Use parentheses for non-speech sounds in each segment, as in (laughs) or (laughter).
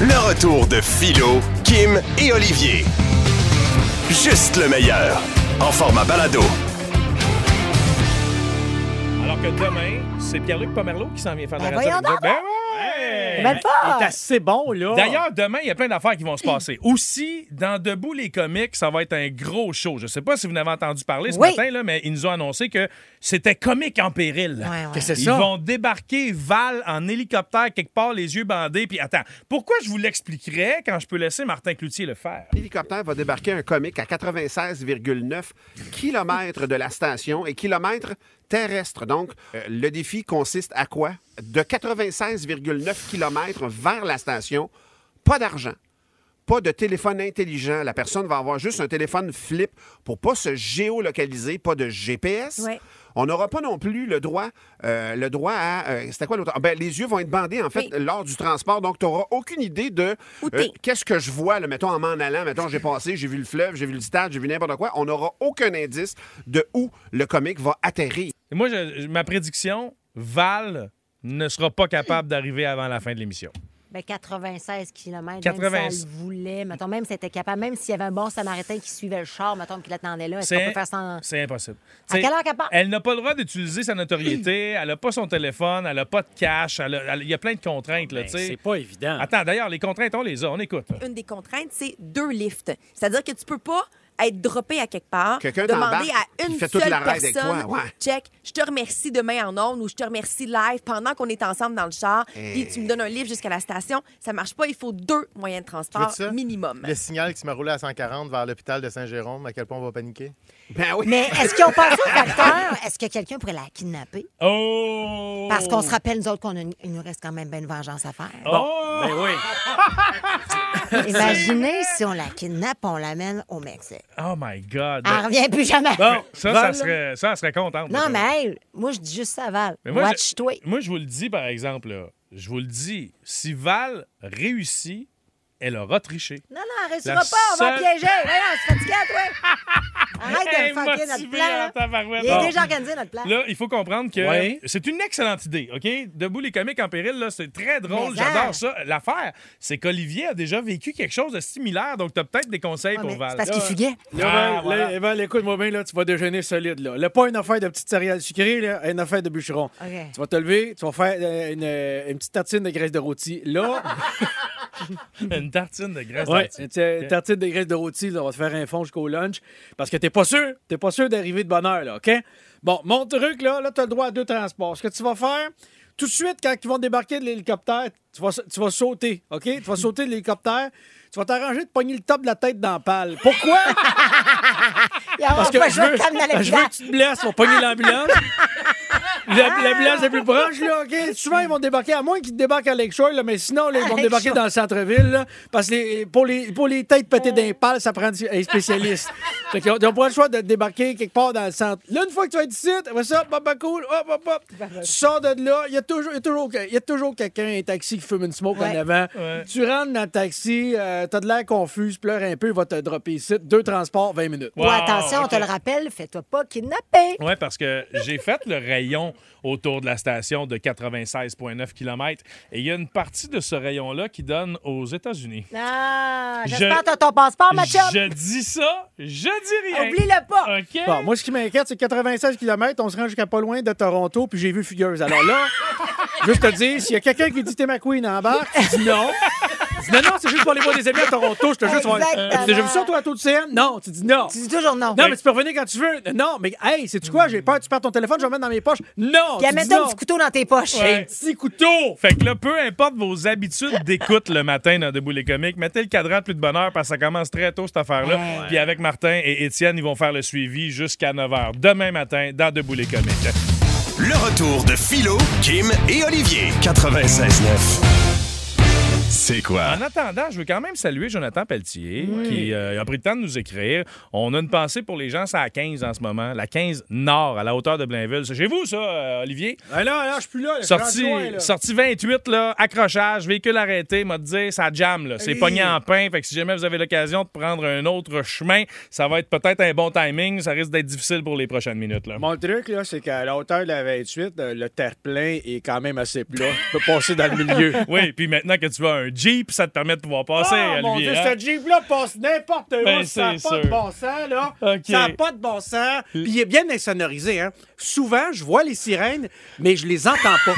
Le retour de Philo, Kim et Olivier. Juste le meilleur. En format balado. Alors que demain, c'est Pierre-Luc Pomerleau qui s'en vient faire de la Ben radio voyons avec nous. donc! Ben ouais! Ben fort! C'est assez bon, là. D'ailleurs, demain, il y a plein d'affaires qui vont se passer. Hmm. Aussi, dans Debout les comics, ça va être un gros show. Je sais pas si vous n'avez entendu parler ce Oui. matin, là, mais ils nous ont annoncé que c'était comique en péril. Ouais, ouais. Que c'est Ils ça. vont débarquer Val en hélicoptère quelque part, les yeux bandés. Puis attends, pourquoi je vous l'expliquerai quand je peux laisser Martin Cloutier le faire? L'hélicoptère va débarquer un comique à 96,9 km de la station et kilomètres terrestres. Donc, euh, le défi consiste à quoi? De 96,9 km vers la station, pas d'argent. Pas de téléphone intelligent. La personne va avoir juste un téléphone flip pour pas se géolocaliser, pas de GPS. Ouais. On n'aura pas non plus le droit, euh, le droit à. euh, C'était quoi l'autre? Ah, ben, les yeux vont être bandés, en fait, Oui. lors du transport. Donc, tu n'auras aucune idée de euh, Où t'es? qu'est-ce que je vois, là, mettons, en m'en allant, mettons, j'ai passé, j'ai vu le fleuve, j'ai vu le stade, j'ai vu n'importe quoi. On n'aura aucun indice de où le comique va atterrir. Et moi, je- je- ma prédiction, Val ne sera pas capable d'arriver avant la fin de l'émission. Ben, 96 km. 80. Même si elle voulait, mettons, même si elle était capable, même s'il y avait un bon samaritain qui suivait le char, mettons, qui l'attendait là, est-ce qu'on peut faire sans. c'est impossible. À T'sais, quelle heure qu'elle part? Hmm. Elle n'a pas le droit d'utiliser sa notoriété, elle n'a pas son téléphone, elle n'a pas de cash, elle a- elle- il y a plein de contraintes. Là, Ben, t'sais. c'est pas évident. Attends, d'ailleurs, les contraintes, on les a, on écoute. une des contraintes, c'est deux lifts. C'est-à-dire que tu peux pas être droppé à quelque part, Quelqu'un demander t'embarque, à une il fait toute seule la ride avec toi, personne, ouais. check, je te remercie demain en ondes ou je te remercie live pendant qu'on est ensemble dans le char, puis tu me donnes un livre jusqu'à la station. Ça marche pas, il faut deux moyens de Tu veux transport ça? minimum. Le signal qui se m'a roulé à 140 vers l'hôpital de Saint-Jérôme, à quel point on va paniquer? Ben oui. Mais est-ce qu'ils ont pensé au facteur? Est-ce que quelqu'un pourrait la kidnapper? Oh! Parce qu'on se rappelle, nous autres, qu'on a une- il nous reste quand même bien une vengeance à faire. Oh! (laughs) Ben oui. Imaginez si on la kidnappe, on l'amène au Mexique. Oh my God! Elle revient plus jamais. Bon, ça, ça Val- serait, ça, elle serait contente. Non, mais elle, moi, je dis juste ça, Val. Mais moi, je- Watch-toi. Moi, je vous le dis, par exemple, là, je vous le dis, si Val réussit, elle aura triché. Non, non, elle La réussira pas, on va seule- piéger. Voyons, on se fatigue, (laughs) toi. hein? Arrête Elle est de fucker notre motivée, plan. elle, là. tabarouette. Il est Bon. déjà organisé, notre plan. Là, il faut comprendre que Ouais. c'est une excellente idée, OK? Debout les comiques en péril, là, c'est très drôle, Mais hein. j'adore ça. L'affaire, c'est qu'Olivier a déjà vécu quelque chose de similaire, donc tu as peut-être des conseils Ouais, mais pour Val. c'est parce qu'il fuguait. Ah, Là, Val, voilà. là, Val, écoute-moi bien, là, tu vas déjeuner solide. Là. Là, pas une affaire de petite céréales sucrées, là, une affaire de bûcheron. OK. Tu vas te lever, tu vas faire euh, une, euh, une petite tartine de graisse de rôti. Là, (laughs) Une tartine de graisse. ouais, tartine. une petite tartine de graisse de rôti, là, on va te faire un fond jusqu'au lunch. Parce que t'es pas sûr, t'es pas sûr d'arriver de bonne heure, là, OK? Bon, mon truc, là, là, t'as le droit à deux transports. Ce que tu vas faire, tout de suite, quand ils vont débarquer de l'hélicoptère, tu vas, sa- tu vas sauter, OK? Tu vas sauter de l'hélicoptère, tu vas t'arranger de pogner le top de la tête dans la pale. Pourquoi? (laughs) Il y a Parce que pas je joué veux, de calme dans je veux l'hôpital. que tu te blesses, on va (laughs) pogner l'ambulance. La- Ah! L'ambulance est plus proche, là, (laughs) OK? Souvent, ils vont débarquer, à moins qu'ils te débarquent à Lakeshore, là, mais sinon, là, ils À vont te Lake débarquer Shore. Euh. dans le centre-ville, là, parce que les- pour, les, pour les têtes pétées d'un pal, ça prend du- un (laughs) spécialiste. Fait qu'ils ont, ils ont pas le choix de te débarquer quelque part dans le centre. Là, une fois que tu vas être ici, what's up, papa cool, hop, hop, hop. Bah, Tu sors de là, il y a toujours, il y a toujours, il y a toujours quelqu'un, un taxi qui fume une smoke Ouais. en avant. Ouais. Tu rentres dans le taxi, euh, t'as de l'air confus, pleure un peu, il va te dropper ici. Deux transports, 20 minutes. Ou attention, on OK. te le rappelle, fais-toi pas kidnapper. Oui, parce que j'ai fait le rayon autour de la station de 96,9 km et il y a une partie de ce rayon-là qui donne aux États-Unis. Ah, Je- j'espère que t'as ton passeport, ma chum. Je dis ça, je dis rien. Oublie-le pas. OK? Bon, moi, ce qui m'inquiète, c'est 96 km, on se rend jusqu'à pas loin de Toronto, puis j'ai vu Fugueuse. Alors là, juste te dire, s'il y a quelqu'un qui dit T'es ma queen en bas, tu dis non. Tu dis non, non, c'est juste pour aller voir des amis à Toronto, je te jure. tu vas- Exactement. As-tu déjà vu ça, toi, à Tour-de-Seine? Non. Tu dis non. Tu dis toujours non. Non, mais tu peux revenir quand tu veux. Non, mais hey, sais-tu quoi? J'ai peur, tu perds ton téléphone, je le mets dans mes poches. Non! tu dis Puis amène-toi un non. petit couteau dans tes poches. Ouais. Un petit couteau! Fait que là, peu importe vos habitudes d'écoute le matin dans Debout les comiques, mettez le cadran de plus de bonne heure parce que ça commence très tôt cette affaire-là. Puis avec Martin et Étienne, ils vont faire le suivi jusqu'à 9h demain matin dans Debout les comiques. Le retour de Philo, Kim et Olivier. 96.9. C'est quoi? En attendant, je veux quand même saluer Jonathan Pelletier qui euh, a pris le temps de nous écrire. On a une pensée pour les gens, c'est à 15 en ce moment, la 15 Nord à la hauteur de Blainville. C'est chez vous ça, euh, Olivier? Ben là, là, je suis plus là. là, je suis Sorti, rendu loin, là. sorti 28, là, accrochage, véhicule arrêté, m'a dit, ça jam, là. C'est Hey. pogné en pain. Fait que si jamais vous avez l'occasion de prendre un autre chemin, ça va être peut-être un bon timing. Ça risque d'être difficile pour les prochaines minutes, là. Mon truc, là, c'est qu'à la hauteur de la 28, euh, le terre-plein est quand même assez plat. Tu peux passer dans le milieu. (laughs) Oui, puis maintenant que tu as un Jeep, ça te permet de pouvoir passer, Ah, mon Olivier, Dieu, hein? ce Jeep-là passe n'importe où. Ben, ça n'a c'est pas de sûr. bon sens, là. OK. Ça n'a pas de bon sens. Puis il est bien insonorisé, hein. Souvent, je vois les sirènes, mais je les entends (laughs) pas.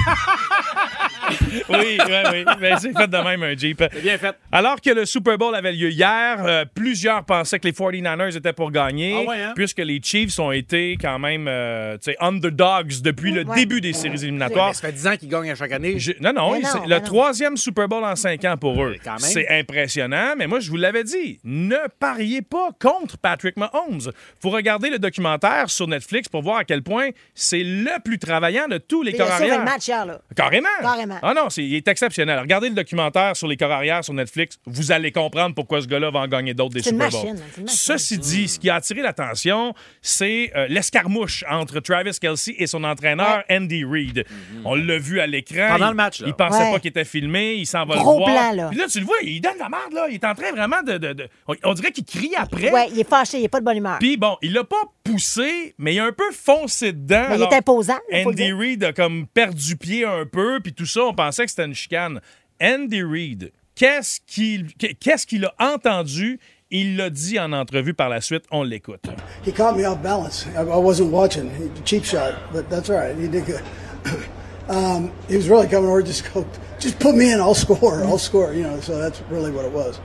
Oui, oui, oui. Ben, c'est fait de même un Jeep. bien fait. Alors que le Super Bowl avait lieu hier, euh, plusieurs pensaient que les 49ers étaient pour gagner, Ah ouais, hein? puisque les Chiefs ont été quand même euh, tu sais, underdogs depuis le début des séries éliminatoires. Ça fait 10 ans qu'ils gagnent à chaque année. Je- Non, non, Mais ils- non, c'est mais le non. troisième Super Bowl en cinq ans pour eux. quand même. C'est impressionnant, mais moi, je vous l'avais dit, ne pariez pas contre Patrick Mahomes. Faut regarder le documentaire sur Netflix pour voir à quel point c'est le plus travaillant de tous les Il a sauvé carrières. le match hier, là. Carrément. Carrément. Ah non, c'est- il est exceptionnel. Regardez le documentaire sur les corps arrière sur Netflix. Vous allez comprendre pourquoi ce gars-là va en gagner d'autres des C'est une Super machine, hein, Bowls. c'est une machine. Ceci dit, ce qui a attiré l'attention, c'est euh, l'escarmouche entre Travis Kelsey et son entraîneur Andy Reid. On l'a vu à l'écran. Pendant Il- le match, là. Il pensait Ouais. pas qu'il était filmé. Il s'en va le Gros voir. plan, là. Puis là, tu le vois, il donne la merde, là. Il est en train vraiment de... de- de- on- On dirait qu'il crie après. Ouais, il est fâché, il n'est pas de bonne humeur. Puis bon, il l'a pas poussé, mais il a un peu foncé dedans. Mais il Alors, est imposant, il faut le Andy dire. Reid a comme perdu pied un peu, puis tout ça, on pensait que c'était une chicane. Andy Reid, qu'est-ce qu'il qu'est-ce qu'il a entendu? Il l'a dit en entrevue par la suite, on l'écoute. He caught me off balance. I, I wasn't watching. He, cheap shot, but that's all right. He did good. (clears throat) um, he was really coming over just go, just put me in. I'll score. I'll score. You know. So that's really what it was.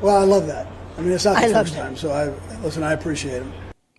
Well, I love that. I mean, it's not I the love first that. time. So I listen. I appreciate him.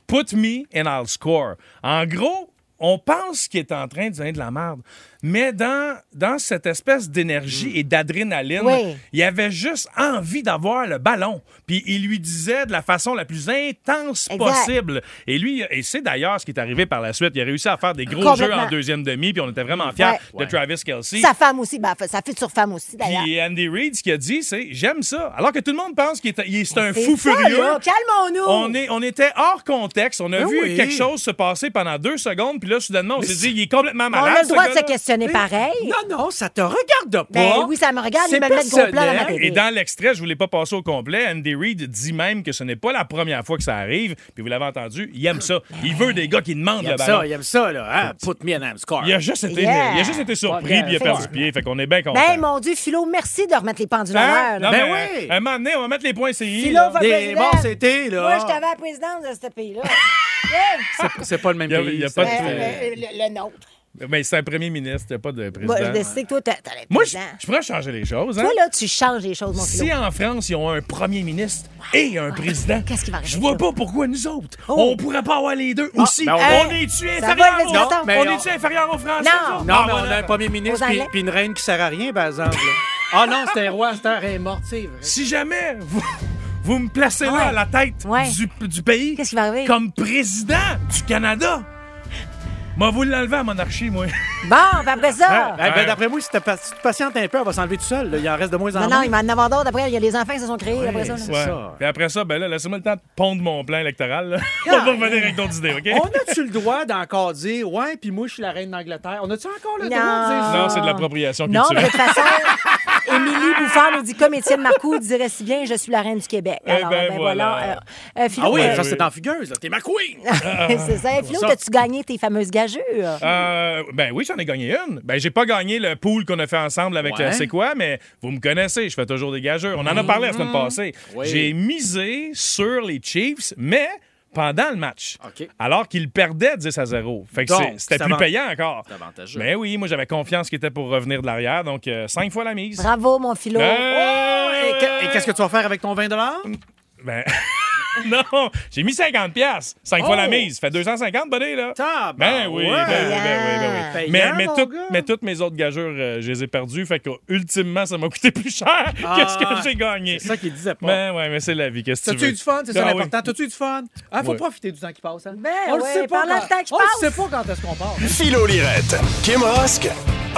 Put me and I'll score. En gros, on pense qu'il est en train de donner de la merde. Mais dans, dans cette espèce d'énergie et d'adrénaline, Mm. Oui. il avait juste envie d'avoir le ballon. Puis il lui disait de la façon la plus intense Exact. possible. Et lui, et c'est d'ailleurs ce qui est arrivé par la suite. Il a réussi à faire des gros Complètement. jeux en deuxième demi, puis on était vraiment fiers Ouais. de Travis Kelsey. Sa femme aussi, ben, sa future femme aussi, d'ailleurs. Puis Andy Reid, ce qu'il a dit, c'est j'aime ça. Alors que tout le monde pense qu'il est, il est- c'est un C'est fou ça, furieux. là, Calmons-nous. On, est, on était hors contexte. On a Ben vu oui. quelque chose se passer pendant deux secondes, puis là, soudainement, on s'est dit, il est complètement On malade. a le ce droit de gars-là. se questionner pareil. Non, non, ça te regarde pas. Ben oui, ça me regarde, C'est ils me le mettent gros plan dans ma personnel. télé. Et dans l'extrait, je voulais pas passer au complet, Andy Reid dit même que ce n'est pas la première fois que ça arrive, puis vous l'avez entendu, il aime ça. Ben Il veut des gars qui demandent Il le aime ballon. ça, il aime ça, là. hein. Put me in, I'm score. Il a juste été, Yeah. il a juste été surpris, Ouais, puis il a perdu pied, fait qu'on est bien content. Ben, mon Dieu, Philo, merci de remettre les pendules à Hein? Non, l'heure. là. Ben mais, oui. euh, un moment donné, on va mettre les points essayés. Philo là. va Des président. bons c'était, là. Moi, j'étais à la présidence de ce (laughs) pays-là. Hey, C'est- C'est pas le même Il y a- pays. il y a ça. pas de- euh, Ouais. le, le- le nôtre. Mais c'est un premier ministre, il n'y a pas de président. Moi, je décide que toi, t'as t'as le Moi, je, président. je pourrais changer les choses. Hein? Toi, là, tu changes les choses, mon Philo. si en France, ils ont un premier ministre et un président, Qu'est-ce qui va je arriver, vois ça? pas pourquoi nous autres, Oh. Ah, on pourrait pas avoir les deux aussi. ben, on- on est-tu va, inférieur le aux... dictateur? on Mais on- est-tu inférieur aux Français? Non. nous autres? Non, Ah, mais on voilà. a un premier ministre Aux puis Anglais. puis une reine qui sert à rien, par exemple. là. Ah non, c'est un roi, c'est un roi mort, c'est vrai. Si jamais vous, vous me placez là à la tête Ouais. du, du pays Qu'est-ce qui va arriver? comme président du Canada, moi, vous l'enlevez à monarchie, moi. Bon, ben après Ah. ça. Eh ben, D'après moi, si t'as pas- si tu patientes un peu, elle va s'enlever tout seul. là. Il en reste de moins en Non, moins. non, il m'en en avoir d'autres. Après, il y a les enfants qui se sont créés. après ça, là. c'est Ouais. ça. Puis après ça, ben là, laissez-moi le temps de pondre mon plan électoral. là. (laughs) on va revenir avec d'autres idées, OK? On a-tu le droit d'encore dire, ouais, puis moi, je suis la reine d'Angleterre? On a-tu encore le Non. droit de dire ça? Non, c'est de l'appropriation Non, mais de culturelle. toute (laughs) façon, Émilie Bouffard nous dit comme Étienne Marcoux dirait si bien, je suis la reine du Québec. Eh Alors, ben, ben, voilà. voilà. Euh, euh, Philo, Ah oui, euh, ça, c'est en fugueuse, là. T'es (laughs) ma queen! (laughs) Ah, c'est ça. Philo, Ça- t'as-tu gagné tes fameuses gageurs? Euh, ben oui, j'en ai gagné une. Ben j'ai pas gagné le pool qu'on a fait ensemble avec Ouais. euh, c'est quoi, mais vous me connaissez, je fais toujours des gageurs. On en a parlé la semaine passée. Mhm. Oui. J'ai misé sur les Chiefs, mais pendant le match. OK. Alors qu'ils perdaient 10 à 0. Fait que Donc, c'est- c'était c'est plus avant- payant encore. c'est avantageux. Mais oui, moi j'avais confiance qu'il était pour revenir de l'arrière, donc 5 fois la mise. Euh, Bravo, mon Philo. Et que- et qu'est-ce que tu vas faire avec ton 20 Ben. (laughs) non, j'ai mis 50 pièces, 5 fois Oh! la mise, fait 250 buddy là. Tabarouette! Ben oui, ben oui, ben oui, ben oui. Payant. Mais, Payant, mais, mon tout- gars. mais toutes mes autres gageures, euh, je les ai perdues. Fait que ultimement, ça m'a coûté plus cher (laughs) que ce que j'ai gagné. Ah! C'est ça qu'il disait pas. Ben ouais, mais c'est la vie. Qu'est-ce que tu T'as-tu veux? eu du fun? C'est ça Ah oui. l'important. T'as-tu eu du fun? Ah, faut Ouais. profiter du temps qui passe. hein. Ben on le ouais, sait pas. parlant quand- de temps qui on passe. le sait pas quand est-ce qu'on part. Philo Lirette, Kim Rosk,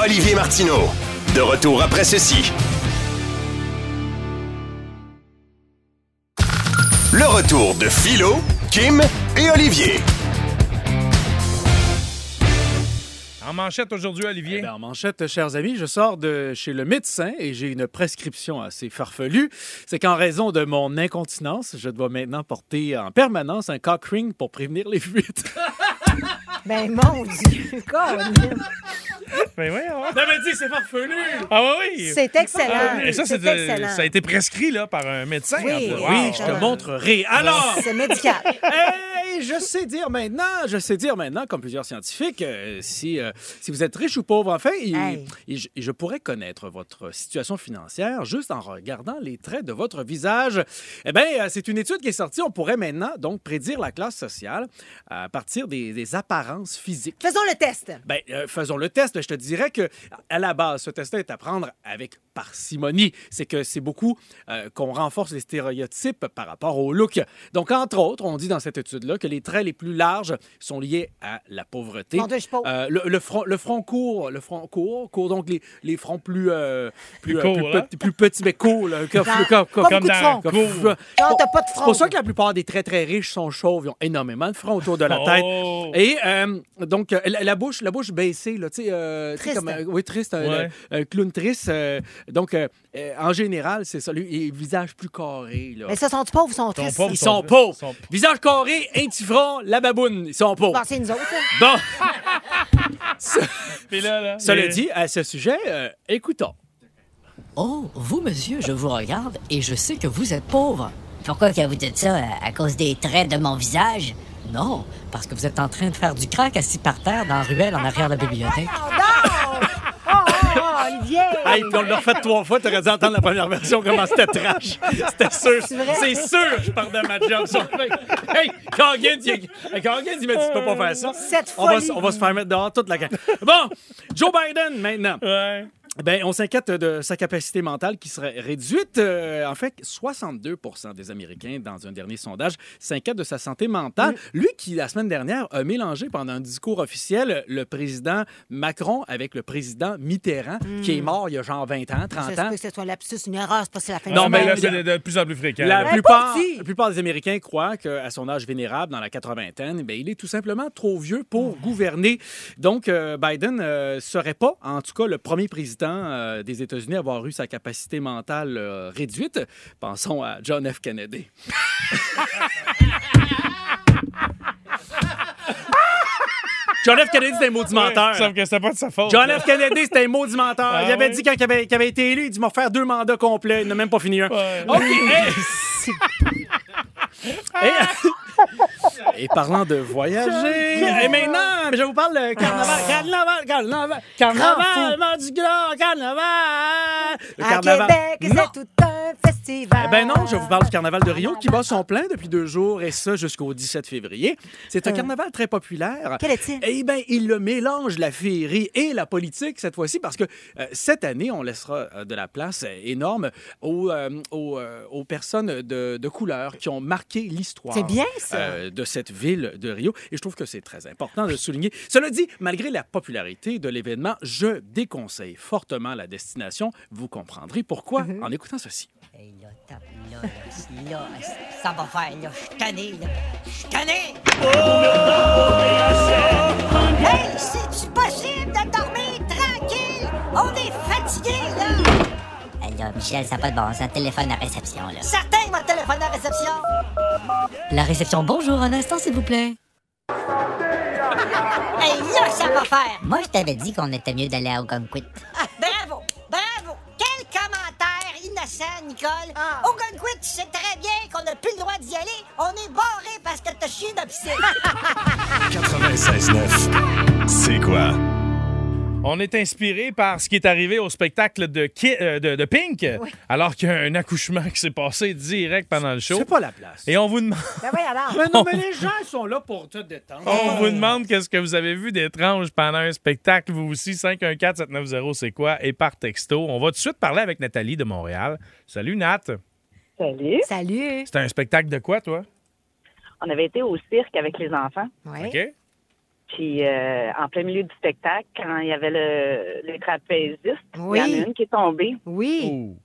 Olivier Martineau. De retour après ceci. Le retour de Philo, Kim et Olivier. En manchette aujourd'hui, Olivier. Eh ben, en manchette, chers amis, je sors de chez le médecin et j'ai une prescription assez farfelue. C'est qu'en raison de mon incontinence, je dois maintenant porter en permanence un cock ring pour prévenir les fuites. Ben, mon Dieu, (laughs) Colin. (laughs) Ben oui, ah ouais. T'avais dit, c'est farfelu! Ah oui, oui. C'est excellent. Et ça, c'est c'est, euh, excellent. ça a été prescrit là, par un médecin. Oui, en plus. oui, Wow. Oui, je te montrerai. Alors, C'est médical. (laughs) hey, je sais dire maintenant, je sais dire maintenant, comme plusieurs scientifiques, euh, si, euh, si vous êtes riche ou pauvre, enfin, et- Hey. et je, et je pourrais connaître votre situation financière juste en regardant les traits de votre visage. Eh bien, euh, c'est une étude qui est sortie. On pourrait maintenant donc prédire la classe sociale à partir des- des apparences physiques. Faisons le test. Ben, euh, faisons le test. Je te dirais que à la base, ce test-là est à prendre avec parcimonie. C'est que c'est beaucoup euh, qu'on renforce les stéréotypes par rapport au look. Donc, entre autres, on dit dans cette étude-là que les traits les plus larges sont liés à la pauvreté. Mon Dieu, je suis pauvre. Euh, le, le front, le front court, le front court, court donc les, les fronts plus euh, plus, Plus euh, courts, plus hein? petits- plus petits mais courts. là, que- Genre, que- que- pas Comme beaucoup de dans front. comme- Cool. Genre, t'as pas de front. c'est pour ça que la plupart des très, très riches sont chauves. Ils ont énormément de front autour de la Oh. tête. Et euh, donc, euh, la, la bouche, la bouche baissée, là, tu sais, euh, tu sais, Triste. comme, euh, oui, triste, euh, Ouais. le- euh, clown triste. euh, donc, euh, euh, en général, c'est ça. Les visages plus carrés, là. Mais ça, sont-tu pauvres ou sont Ils tristes? sont Ils pauvres. sont pauvres. sont- Visage carré, intifron, la baboune. Ils sont pauvres. Bon, c'est nous autres. hein. ça. Bon, (laughs) Puis là, là, cela les- dit, à ce sujet, euh, écoutons. Oh, vous, monsieur, je vous regarde et je sais que vous êtes pauvre. Pourquoi que vous dites ça? À cause des traits de mon visage? Non, parce que vous êtes en train de faire du crack assis par terre dans la ruelle en arrière de la bibliothèque. Oh, oh, oh, Olivier! Hey, puis on l'a refait trois fois, t'aurais dû entendre la première version, comment c'était trash. C'était sûr. vrai? C'est sûr, je pars de ma job. ça. Hey, Coggins, il, hey, Coggins, il m'a dit, tu peux pas faire ça. Cette on va, folie. se- on va se faire mettre dehors toute la gang. Bon, Joe Biden, maintenant. Ouais. Ben, on s'inquiète de sa capacité mentale qui serait réduite. Euh, en fait, 62 des Américains, dans un dernier sondage, s'inquiètent de sa santé mentale. Lui qui, la semaine dernière, a mélangé pendant un discours officiel le président Macron avec le président Mitterrand, qui est mort il y a genre 20 ans, Hmm. Ça 30 se ans. peut que ce soit un lapsus, une erreur, c'est pas si la fin Non, Ah, du mais ben monde. là, le- c'est de, de plus en plus fréquent. La là. plupart, petit. la plupart des Américains croient qu'à son âge vénérable, dans la quatre-vingtaine, ben, il est tout simplement trop vieux pour gouverner. Donc, euh, Biden ne serait pas, en tout cas, le premier président euh, des États-Unis à avoir eu sa capacité mentale euh, réduite. Pensons à John F. Kennedy. John F. Kennedy, c'est un maudit Ouais, menteur. Sauf que c'était pas de sa faute. John là. F. Kennedy, c'était un maudit menteur. Oh, ben. Ah il avait oui? dit quand il avait, qu'il avait été élu, il dit, m'a faire deux mandats complets. Il n'a même pas fini un. Ouais. (laughs) OK. Et- (laughs) Et, parlant de voyager, et maintenant, je vous parle de carnaval, carnaval, carnaval, carnaval, Grand du grand carnaval. Le À carnaval. Québec, Non. c'est tout un festival. Eh Ben non, je vous parle du carnaval de Rio qui bat son plein depuis deux jours et ça jusqu'au 17 février. C'est un carnaval très populaire. Hum. Quel est-il? Eh bien, il le mélange, la féerie et la politique cette fois-ci parce que euh, cette année, on laissera euh, de la place euh, énorme aux, euh, aux, euh, aux personnes de, de couleur qui ont marqué l'histoire. C'est bien, ça. euh, de cette ville de Rio. Et je trouve que c'est très important de le souligner. Cela dit, malgré la popularité de l'événement, je déconseille fortement la destination. Vous comprendrez pourquoi en écoutant ceci. Hey, là, tape, là, là, là, ça va faire, là, je suis tanné, là, je suis tanné! Hey, c'est-tu possible de dormir tranquille? On est fatigué, là! Hey, là, Michel, ça n'a pas de bon sens, téléphone à réception, là. Certain, moi, téléphone à réception! La réception, bonjour, un instant, s'il vous plaît. Hey, là, ça va faire! Euh, Moi, je t'avais dit qu'on était mieux d'aller à Ogunquit. Bravo, bravo. Quel commentaire innocent, Nicole. Au Gunquit, tu sais très bien qu'on n'a plus le droit d'y aller. On est barré parce que t'as chié dans la piscine. 96.9. C'est quoi? On est inspiré par ce qui est arrivé au spectacle de, Ki- euh, de, de Pink, alors qu'il y a un accouchement qui s'est passé direct pendant le show. C'est pas la place. Et on vous demande. Ben oui, alors. Mais non, mais les gens ils sont là pour te détendre. On vous demande qu'est-ce que vous avez vu d'étrange pendant un spectacle. Vous aussi, 514-790, c'est quoi? Et par texto. On va tout de suite parler avec Nathalie de Montréal. Salut, Nat. Salut. Salut. C'était un spectacle de quoi, toi? On avait été au cirque avec les enfants. Ouais. OK? Puis, euh, en plein milieu du spectacle, quand il y avait le, le trapéziste, Oui. il y en a une qui est tombée. Oui. Oh.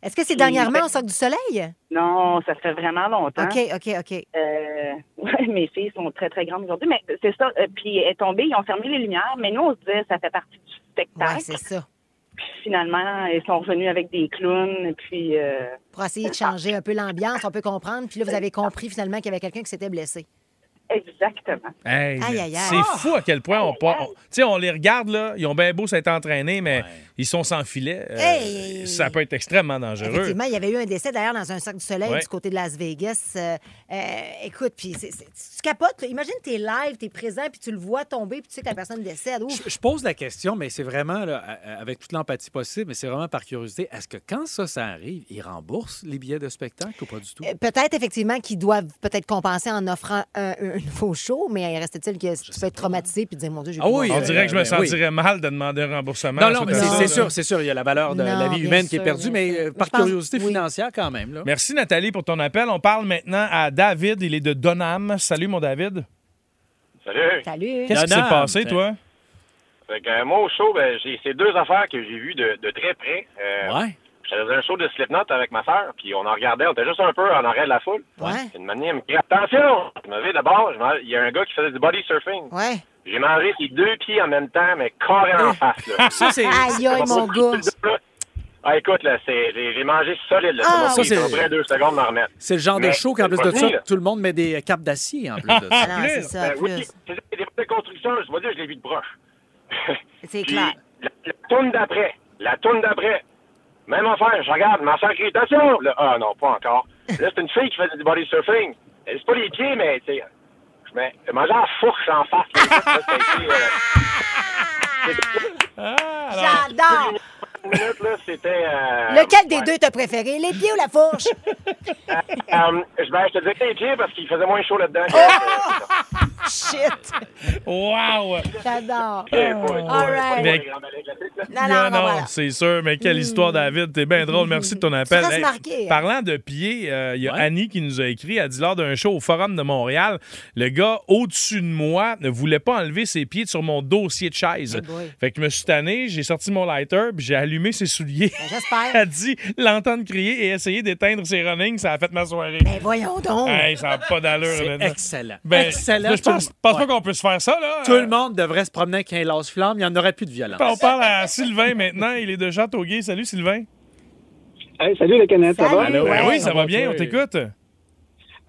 Est-ce que c'est dernièrement au Socle du Soleil? Non, ça fait vraiment longtemps. OK, OK, OK. Euh, (laughs) ouais, mes filles sont très, très grandes aujourd'hui. Mais c'est ça. Euh, Puis, elle est tombée, ils ont fermé les lumières. Mais nous, on se disait, ça fait partie du Ouais, spectacle. c'est ça. puis, finalement, ils sont revenus avec des clowns. Puis, euh, Pour essayer de changer un peu l'ambiance, on peut comprendre. Puis là, vous avez compris finalement qu'il y avait quelqu'un qui s'était blessé. Exactement. Hey, Aïe, mais aïe, aïe. c'est fou à quel point on part. on- Tu sais, on les regarde, là, ils ont bien beau s'être entraînés, mais ils sont sans filet. Euh, Hey! Ça peut être extrêmement dangereux. Effectivement, il y avait eu un décès d'ailleurs dans un cercle du soleil Ouais. du côté de Las Vegas. Euh, euh, écoute, puis c'est- c'est- tu capotes. là. Imagine t'es live, t'es présent, puis tu le vois tomber, puis tu sais que la personne décède. Ouf. Je pose la question, mais c'est vraiment, là, à- à- avec toute l'empathie possible, mais c'est vraiment par curiosité. Est-ce que quand ça, ça arrive, ils remboursent les billets de spectacle ou pas du tout? Euh, Peut-être effectivement qu'ils doivent peut-être compenser en offrant un, un nouveau show, mais reste-t-il que tu peux être traumatisé puis dire mon Dieu, j'ai Ah oui, on euh, dirait que je me euh, ben oui. sentirais mal de demander un remboursement. Non, à non, cette mais c'est personne, c'est là. sûr, c'est sûr. Il y a la valeur de la Non, vie bien humaine qui est sûr, perdue, bien mais euh, par pense- curiosité financière quand même. Là. Merci Nathalie pour ton appel. On parle maintenant à David. Il est de Donham. Salut mon David. Salut. Salut. Qu'est-ce qui s'est Donham, passé, t'es- toi? Fait que, euh, moi, au show, ben, j'ai ces deux affaires que j'ai vues de, de très près. Euh, J'étais dans un show de Slipknot avec ma sœur, puis on en regardait, on était juste un peu en arrêt de la foule. Puis Une manière, elle me crie, attention! Je me vais d'abord, je m'en- il y a un gars qui faisait du body surfing. Ouais. Ah. J'ai mangé ses deux pieds en même temps, mais carré en face, là. (laughs) Ça, c'est- Aïe, aïe, mon gars. Ah, écoute, là, c'est- j'ai j'ai mangé solide, là. Ça Ah, m'a ça, pris c'est- à peu près deux secondes de m'en remettre. C'est le genre Mais de show qu'en plus pas de ça, fini, là. tout le monde met des euh, capes d'acier en plus de (laughs) Ah ça. Ben oui, c'est ça, c'est des vraies constructions, je vais dire, je l'ai vu de proche. (laughs) C'est Puis, La, la tourne d'après, la tourne d'après. Même affaire, je regarde, ma soeur crie, attention! Là, ah non, pas encore. Là, c'est une fille qui fait du body surfing. Elle, C'est pas les pieds, mais, tu sais, je mets, elle mangeait en fourche en (laughs) face. là. Ça, ça a été, euh, Ah, J'adore! une minute, là, c'était... euh, Lequel des deux t'as préféré, les pieds ou la fourche? euh, je, ben, je te dirais les pieds parce qu'il faisait moins chaud là-dedans. Oh! Euh, Shit! Wow! J'adore. Eh, Ouais, ouais, ouais. All right. Mais- Non, non, non, voilà. Hmm. c'est sûr, mais quelle histoire, David. T'es bien drôle. Merci de ton appel. restes marqué, hein? Parlant de pieds, euh, il y a Annie qui nous a écrit. Elle dit lors d'un show au Forum de Montréal, le gars au-dessus de moi ne voulait pas enlever ses pieds sur mon dossier de chaise. Eh boy. fait que je me suis tanné, j'ai sorti mon lighter, puis j'ai allumé ses souliers. Ben, J'espère. (laughs) Elle dit l'entendre crier et essayer d'éteindre ses runnings, ça a fait ma soirée. Ben voyons donc. Hey, ça n'a pas d'allure. C'est maintenant. excellent. Ben, Excellent. là, je pense, Tout le- pense ouais. pas qu'on peut se faire ça, là. Ben, Tout le monde devrait se promener avec un lance-flamme. Il n'y en aurait plus de violence. On parle à Sylvain maintenant. Il est de Châteauguay. Salut, Sylvain. salut les Kenneth, Hein, ça va? Ben oui, ça va bien. On t'écoute.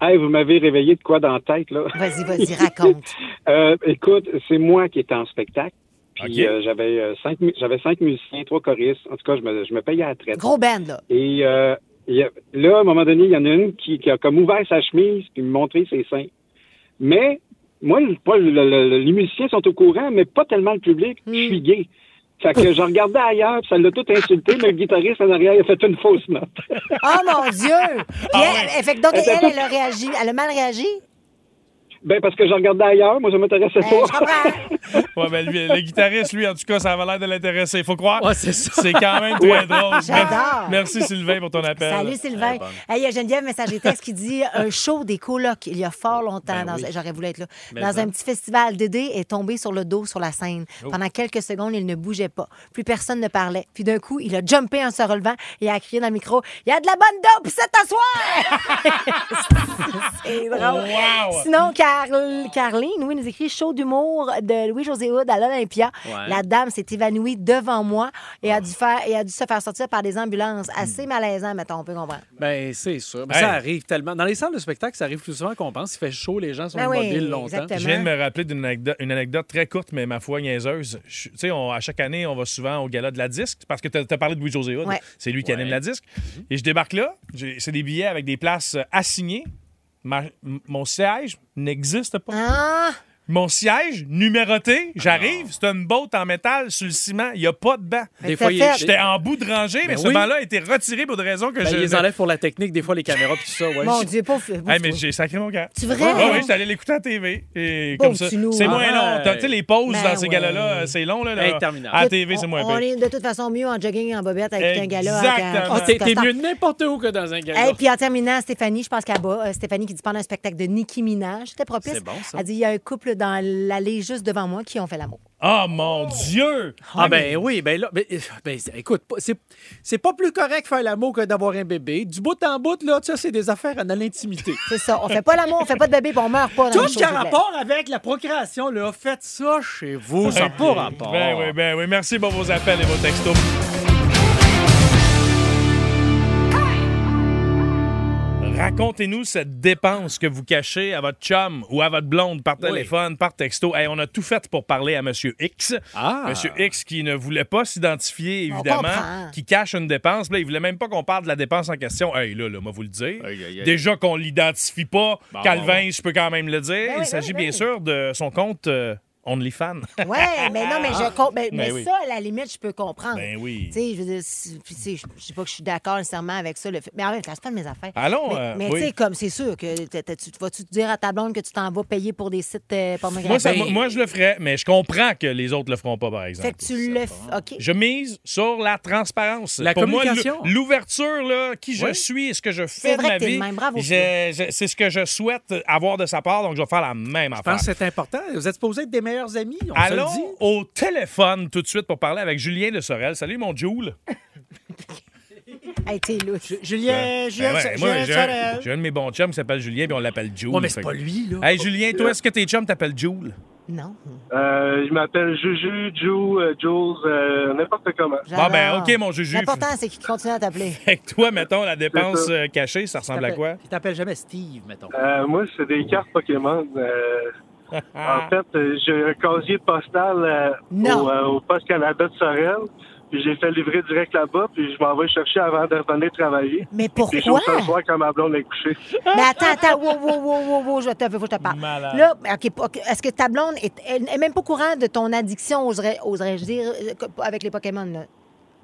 Hey, vous m'avez réveillé de quoi dans la tête, là? (laughs) Vas-y, vas-y, raconte. Euh, écoute, c'est moi qui étais en spectacle. Puis OK. euh, j'avais, euh, cinq, mu- j'avais cinq musiciens, trois choristes. En tout cas, je me, je me payais à la traite. Gros band, là. Et euh, il y a- là, à un moment donné, il y en a une qui, qui a comme ouvert sa chemise puis me montré ses seins. Mais moi, le- pas le- le- le- les musiciens sont au courant, mais pas tellement le public. Hmm. Je suis gay. Fait que je regardais ailleurs, puis ça l'a tout insulté, mais le guitariste en arrière, il a fait une fausse note. Oh mon Ah Dieu! Puis elle, elle- fait que donc, Elle elle, était elle, toute- a réagi. Elle a mal réagi? Ben, parce que je regardais ailleurs, moi, ça m'intéressait Ben, je pas. comprends. Ouais, ben, lui, le guitariste, lui, en tout cas, ça avait l'air de l'intéresser. Faut croire. c'est ça. C'est quand même très drôle. J'adore. Merci, Sylvain, pour ton appel. Salut Sylvain. Hey, il y a Geneviève Messager Texte qui dit un show des colocs il y a fort longtemps, dans- Ben oui. j'aurais voulu être là, Mais dans un ben. petit festival. Dédé est tombé sur le dos sur la scène. Oh. Pendant quelques secondes, il ne bougeait pas. Plus personne ne parlait. Puis d'un coup, il a jumpé en se relevant et a crié dans le micro Il y a de la bonne dope, c'est à soir! c'est Oh, drôle. Oh, Wow! Sinon, Carl- Carline, oui, nous écrit Show d'humour de Louis-José Hood à l'Olympia. Ouais. La dame s'est évanouie devant moi et Ah. a, dû faire, et a dû se faire sortir par des ambulances. Hmm. Assez malaisant, mettons, on peut comprendre. Ben, c'est sûr. Mais Hey. Ça arrive tellement. Dans les salles de spectacle, ça arrive plus souvent qu'on pense. Il fait chaud, les gens sont Ben oui, immobiles longtemps. exactement. Je viens de me rappeler d'une anecdote, une anecdote très courte, mais ma foi niaiseuse. Je- Tu sais, on- à chaque année, on va souvent au gala de la disque, parce que tu as, parlé de Louis-José Hood. Ouais. C'est lui qui anime la disque. Mhm. Et je débarque là, j'ai- c'est des billets avec des places euh, assignées. Ma- m- mon siège n'existe pas. Ah! Mon siège Ah numéroté, j'arrive, c'est une botte en métal sur le ciment, il n'y a pas de banc. Ben, Des Mais fois, t'as il- fait. j'étais en bout de rangée, mais Ben ce oui. banc-là a été retiré pour des raisons que Ben, (laughs) je. ils les enlèvent pour la technique, des fois, les caméras, puis tout ça. Ouais. (laughs) Mon Dieu, pauvre. Hey, mais j'ai sacré mon camp. Tu vrai? Ah oui, j'étais allé l'écouter à TV. Et Pauvre comme ça. petit loup. C'est moins Ah long. ouais. T'as- Tu sais, les pauses Ben dans ces ouais. galas-là, euh, c'est long. Là, là. Interminable. À la TV, c'est moins ben On pire. est de toute façon mieux en jogging et en bobette avec un gala. Exactement. Ah, t'es, t'es mieux mieux de n'importe où que dans un gala. Et puis en terminant, Stéphanie, je pense qu'elle bat. euh, Stéphanie qui dit pendant un spectacle de Nicki Minaj, c'était propice. C'est bon, ça. Elle dit il y a un couple dans l'allée juste devant moi qui ont fait l'amour. Ah, mon Dieu! Ah, ben oui, ben là, ben, (laughs) euh, ben, écoute, pas- c'est, c'est pas plus correct faire l'amour que d'avoir un bébé. Du bout en bout, là, ça, c'est des affaires en à l'intimité. C'est ça. On fait pas l'amour, on fait pas de bébé, puis on meurt pas. dans Tout ce les choses, qui a s'il vous plaît. rapport avec la procréation, là, faites ça chez vous, ça n'a pas rapport. (laughs) Ben oui, ben oui. Merci pour vos appels et vos textos. Rac Racontez-nous cette dépense que vous cachez à votre chum ou à votre blonde par téléphone, par texto. Hey, on a tout fait pour parler à Monsieur X. Ah. Monsieur X qui ne voulait pas s'identifier, On évidemment, comprend. qui cache une dépense. Puis Là, il voulait même pas qu'on parle de la dépense en question. Hey, là, là, moi, vous le dire. Déjà qu'on l'identifie pas, Bon, Calvin, bon, bon. je peux quand même le dire. Ben oui, il s'agit ben oui, bien sûr de son compte euh, OnlyFans. Oui, mais non, mais je com- mais, mais Ben oui. ça, à la limite, je peux comprendre. Ben oui. Tu sais, je veux dire, si- puis tu sais, je- je sais pas que je suis d'accord nécessairement avec ça. Le fait, mais arrête, casse pas de mes affaires. Allons, Mais, euh, mais oui. tu sais, comme c'est sûr que t'as- t'as- tu vas-tu te dire à ta blonde que tu t'en vas payer pour des sites euh, pornographiques? Moi, ça- moi, moi, je le ferais, mais je comprends que les autres le feront pas, par exemple. Fait que tu le. f- OK. Je mise sur la transparence. La Pour moi, communication. l'ou- l'ouverture, là, qui je Oui. suis et ce que je C'est fais de vrai ma que t'es de vie, même. Bravo, j'ai- j'ai- c'est ce que je souhaite avoir de sa part, donc je vais faire la même Je affaire. pense que c'est important. Vous êtes supposés être des meilleurs amis. On Allons se le dit. au téléphone tout de suite pour parler avec Julien de Sorel. Salut, mon Joule. Euh, Hey, t'es louche. Ben, ben ouais, moi, j'ai un- J'ai un de mes bons chums qui s'appelle Julien, puis on l'appelle Joule. Ouais, mais c'est Fait pas que- lui, là. Hey, Julien, Euh, toi, est-ce que tes chums t'appellent Joule? Non. Euh, je m'appelle Juju, Jou, euh, Jules, euh, n'importe comment. Ah, ben, OK, mon Juju. (laughs) L'important, c'est qu'il continue à t'appeler. Fait que toi, mettons, la dépense ça. euh, cachée, ça ressemble à quoi? Il t'appelle jamais Steve, mettons. Euh, moi, c'est des cartes Pokémon. (laughs) euh, en fait, euh, j'ai un casier postal euh, au, euh, au Poste Canada de Sorel. Puis j'ai fait livrer direct là-bas, puis je m'en vais chercher avant de revenir travailler. Mais pourquoi? Puis je suis au soir quand ma blonde est couchée. Mais attends, attends, wow, wow, wow, wow, wow, je te, faut que je te parle. Là, OK, OK, est-ce que ta blonde est, elle est même pas au courant de ton addiction, oserais- oserais-je dire, euh, co- avec les Pokémon, là?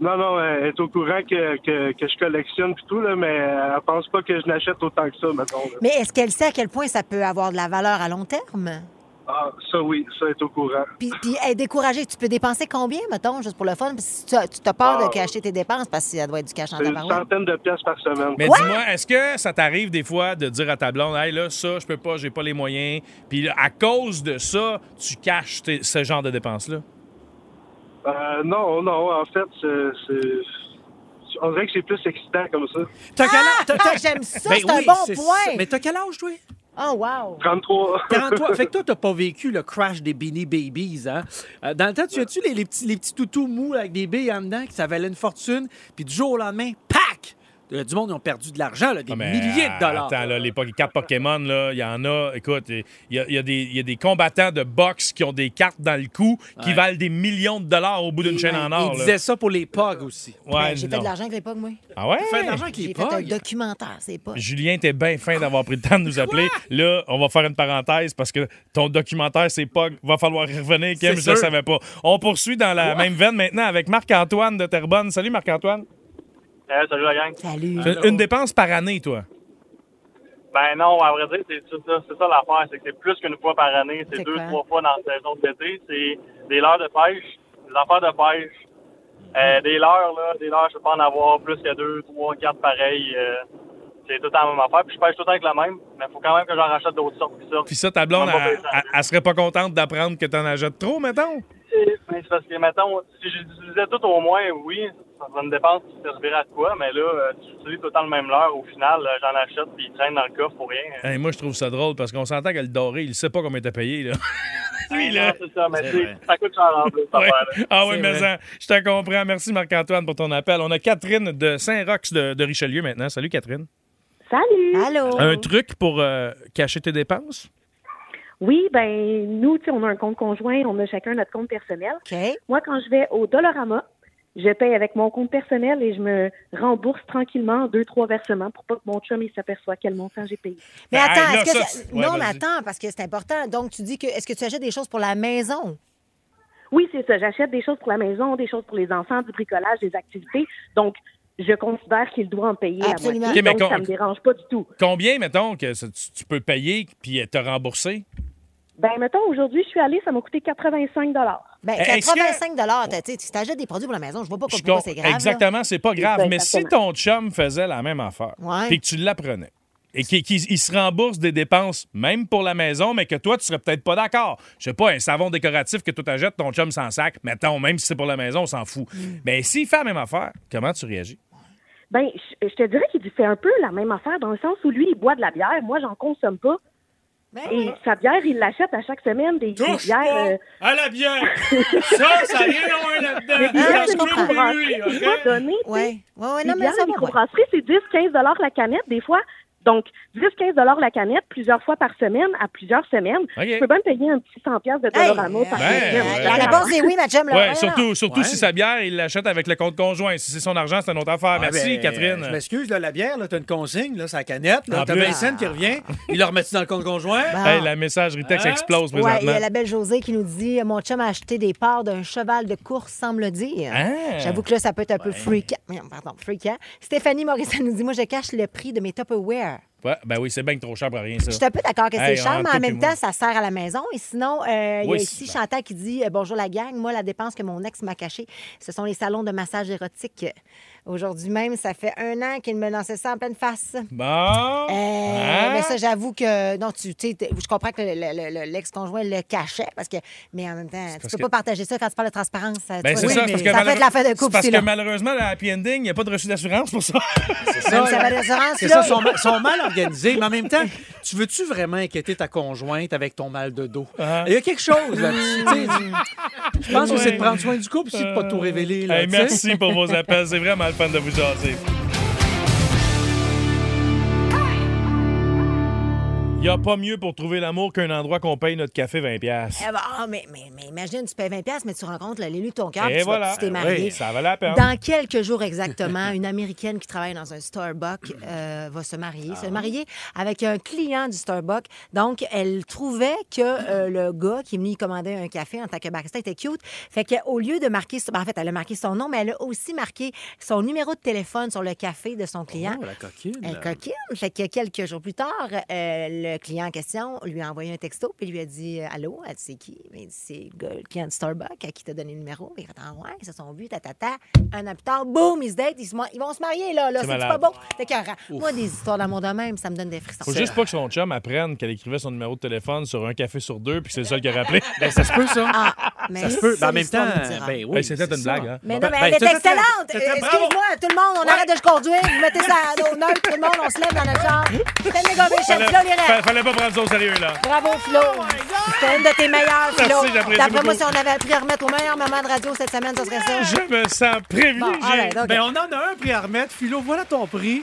Non, non, euh, elle est au courant que, que, que je collectionne puis tout, là, mais euh, elle pense pas que je n'achète autant que ça, mettons. là. Mais est-ce qu'elle sait à quel point ça peut avoir de la valeur à long terme? Ah, ça oui, ça est au courant. Puis, puis elle est découragée. Tu peux dépenser combien, mettons, juste pour le fun? Puis Si tu, tu as peur Ah. de cacher tes dépenses parce que ça doit être du cash en C'est une tabarouette. centaine de pièces par semaine. Mais dis-moi, est-ce que ça t'arrive des fois de dire à ta blonde, hey là, ça, je peux pas, j'ai pas les moyens, puis là, à cause de ça, tu caches tes- ce genre de dépenses-là? Euh, non, non, en fait, c'est- c'est- On dirait que c'est plus excitant comme ça. T'as quel âge? Ah, t'as- t'as- j'aime ça, Ben c'est un oui, bon c'est point. ça. Mais t'as quel âge, toi? Oh, wow. 33. 43. Fait que toi, t'as pas vécu le crash des Beanie Babies, hein? Euh, Dans le temps, tu as-tu les, les petits, les petits toutous mous avec des billes en dedans qui ça valait une fortune, puis du jour au lendemain, pac! Euh, Du monde, ils ont perdu de l'argent, là, des Mais, milliers de euh, dollars. Attends, là, les, po- les cartes Pokémon, là, il y en a, écoute, il y a, il y a des- il y a des combattants de boxe qui ont des cartes dans le cou qui Ouais. valent des millions de dollars au bout d'une chaîne en or. Ils là. disaient ça pour les POG aussi. Ouais, Ben, J'ai fait non. de l'argent avec les Pogs, moi. Ah ouais? Fait de l'argent avec les J'ai fait un Pogs. documentaire, c'est pas. Julien, t'es bien fin d'avoir pris le temps de nous appeler. Là, on va faire une parenthèse parce que ton documentaire, c'est pas. Va falloir y revenir, Kim, C'est je le sûr. savais pas. On poursuit dans la même veine maintenant avec Marc-Antoine de Terrebonne. Salut, Marc-Antoine. salut la gang. Salut. C'est Une dépense par année, toi. Ben non, à vrai dire, c'est c'est ça, c'est ça l'affaire. C'est que c'est plus qu'une fois par année. C'est C'est deux, quoi? trois fois dans la saison de l'été. C'est des leurres de pêche, des affaires de pêche. Euh, Mhm. des leurres, là, des leurres, je peux pas en avoir plus que deux, trois, quatre pareils. euh, c'est tout le temps la même affaire. Puis je pêche tout le temps avec la même, mais faut quand même que j'en rachète d'autres sortes qui sortent. Puis ça, ta blonde, Ça m'a elle, fait Ah, ben, ça. elle- elle serait pas contente d'apprendre que t'en achètes trop, mettons. Mais c'est parce que, mettons, si j'utilisais tout au moins, oui, ça serait une dépense qui servirait à quoi, mais là, euh, si j'utilise tout le temps le même leurre, au final, euh, j'en achète puis il traîne dans le coffre pour rien. Hey, moi, je trouve ça drôle parce qu'on s'entend que le doré, il sait pas combien t'as payé, là. Lui, là. Ah, C'est ça, mais C'est tu sais, vrai. ça coûte cher en plus, cette Ouais. affaire-là. Ah oui, mais ça, je te comprends. Merci, Marc-Antoine, pour ton appel. On a Catherine de Saint-Rox de- de Richelieu maintenant. Salut, Catherine. Salut! Allô! Un truc pour euh, cacher tes dépenses? Oui, ben nous, tu sais, on a un compte conjoint, on a chacun notre compte personnel. Moi, quand je vais au Dollarama, je paye avec mon compte personnel et je me rembourse tranquillement deux, trois versements pour pas que mon chum il s'aperçoit quel montant j'ai payé. Mais Ben, attends, hey, là, est-ce que. ça, tu- c'est- ouais, non, mais vas-y. attends, parce que c'est important. Donc, tu dis que. Est-ce que tu achètes des choses pour la maison? Oui, c'est ça. J'achète des choses pour la maison, des choses pour les enfants, du bricolage, des activités. Donc, je considère qu'il doit en payer Absolument. à Ok, moitié. mais donc, con- ça me dérange pas du tout. Combien, mettons, que ça- tu, tu peux payer puis euh, te rembourser? Ben, mettons, aujourd'hui, je suis allée, ça m'a coûté 85 Ben, Eh, est-ce 85 dollars, tu sais, tu t'achètes des produits pour la maison, je vois pas Je pourquoi com- c'est grave. là. exactement, c'est pas grave. ça, Mais si ton chum faisait la même affaire, Ouais. puis que tu l'apprenais, et qu'il qu'il- il se rembourse des dépenses, même pour la maison, mais que toi, tu serais peut-être pas d'accord. Je sais pas, un savon décoratif que tu t'achètes, ton chum s'en sac, mettons, même si c'est pour la maison, on s'en fout. Mm. Mais s'il fait la même affaire, comment tu réagis? Ben, je, je te dirais qu'il fait un peu la même affaire dans le sens où lui, il boit de la bière. Moi, j'en consomme pas. Et sa bière, il l'achète à chaque semaine, des, des Touche bières. pas euh, à la bière! ça, ça a rien à voir des là-dedans. bières de Ça se peut plus, microbrasserie, OK? c'est pas donné. Ouais, ouais, ouais, les non, mais bières ça de va, ouais. microbrasserie, c'est 10, 15 la canette, des fois. Donc, 10-15 la canette plusieurs fois par semaine à plusieurs semaines. OK. Tu peux bien payer un petit 100 piastres de Dolorama par Ben, semaine. ouais. La réponse est oui, ma chum. là. Ouais, Voyons. surtout surtout Ouais. si sa bière, il l'achète avec le compte conjoint. Si c'est son argent, c'est une autre affaire. Ah, Merci, ben, Catherine. Je m'excuse, là, la bière, là, t'as une consigne, là, sa canette, là, En t'as plus. 20 cents qui revient, il le remet dans le compte conjoint. Hein? Bon. Hey, la messagerie texte explose Ouais, il y présentement. a la belle Josée qui nous dit Mon chum a acheté des parts d'un cheval de course, semble dire. Ah. J'avoue que là, ça peut être un peu freakant. Merde, Pardon, freakant. Stéphanie Morissette nous dit Moi, je cache le prix de mes Tupperware. Ouais, ben oui, c'est bien que trop cher pour rien, ça. Je suis un peu d'accord que c'est Hey, cher, mais entre en même toi temps, ça sert à la maison. Et sinon, euh, il y Oui, a ici c'est Chantal qui dit euh, Bonjour la gang, moi, la dépense que mon ex m'a cachée, ce sont les salons de massage érotique. Aujourd'hui même, ça fait un an qu'il me lançait ça en pleine face. et moi. Bon. Euh, Hein? Mais ça, j'avoue que. Non, tu tu sais, t'es- je comprends que le- le- le- l'ex-conjoint le cachait, parce que. Mais en même temps, tu parce peux que- pas partager ça quand tu parles de transparence. ça- tu Ben, vois, c'est oui, ça, mais parce que ça fait de la fin de couple, parce c'est que là. malheureusement, la happy ending, il n'y a pas de reçu d'assurance pour ça. C'est ça, ça va d'assurance, C'est ça, là. sont, ma- sont mal organisés. Mais en même temps, tu veux-tu vraiment inquiéter ta conjointe avec ton mal de dos? Il y a quelque chose là-dessus. tu sais, tu- Je pense que c'est de prendre soin du couple, c'est de pas tout révéler. là, Hey, tu sais. merci pour vos appels. C'est vraiment le fun de vous jaser. Il n'y a pas mieux pour trouver l'amour qu'un endroit qu'on paye notre café 20$. piastres. Eh ben, ah, mais, mais, mais imagine, tu payes 20$, piastres, mais tu rencontres l'élu de ton cœur, puis Et tu vas- voilà. tu t'es Ben marié. oui, ça valait la peine. Dans quelques jours exactement, une Américaine qui travaille dans un Starbucks euh, va se marier. Ah. Se marier avec un client du Starbucks. Donc, elle trouvait que euh, le gars qui est venu y commander un café en tant que barista était cute. Fait qu'au lieu de marquer... son- ben, en fait, elle a marqué son nom, mais elle a aussi marqué son numéro de téléphone sur le café de son client. Oh, la coquine. Elle coquine. Fait que quelques jours plus tard, euh, le client en question lui a envoyé un texto, puis lui a dit euh, Allô, elle dit, c'est qui Mais il dit, C'est le gars, le client de Starbucks à qui t'a donné le numéro. Il attend, ouais, ils se sont vus, tatata. Un an plus tard, boum, ils se datent, ils, se mo- ils vont se marier, là, là. C'est C'est pas malade. bon. Fait que, euh, moi, des histoires d'amour de même, ça me donne des frissons. Faut juste pas que son chum apprenne qu'elle écrivait son numéro de téléphone sur un café sur deux, puis que c'est le seul qui a rappelé. (laughs) Ben, ça se peut, ça. Ah, mais Ça se peut. ça, Ben, en même temps, l'histoire nous dira. ben oui. Hey, c'était c'est une ça. blague, hein? Mais Ben, non, mais ben, elle est c'était- excellente! c'était- c'était- bravo! Excuse-moi, tout le monde, on arrête de se conduire, vous mettez ça à l'honneur, tout le monde, on se lève dans (laughs) notre chambre. C'était méga méchant, Fallait, Flo, les rêves. fa- fallait pas prendre ça au sérieux, là. Bravo, Flo. C'était une de tes meilleures, Oh Merci, Flo. j'apprécie D'après moi, beaucoup. si on avait appris à remettre au meilleur moment de radio cette semaine, ce serait ça. Je me sens privilégié. Bon, all right, ok. Ben, on en a un prix à remettre. Philo, voilà ton prix.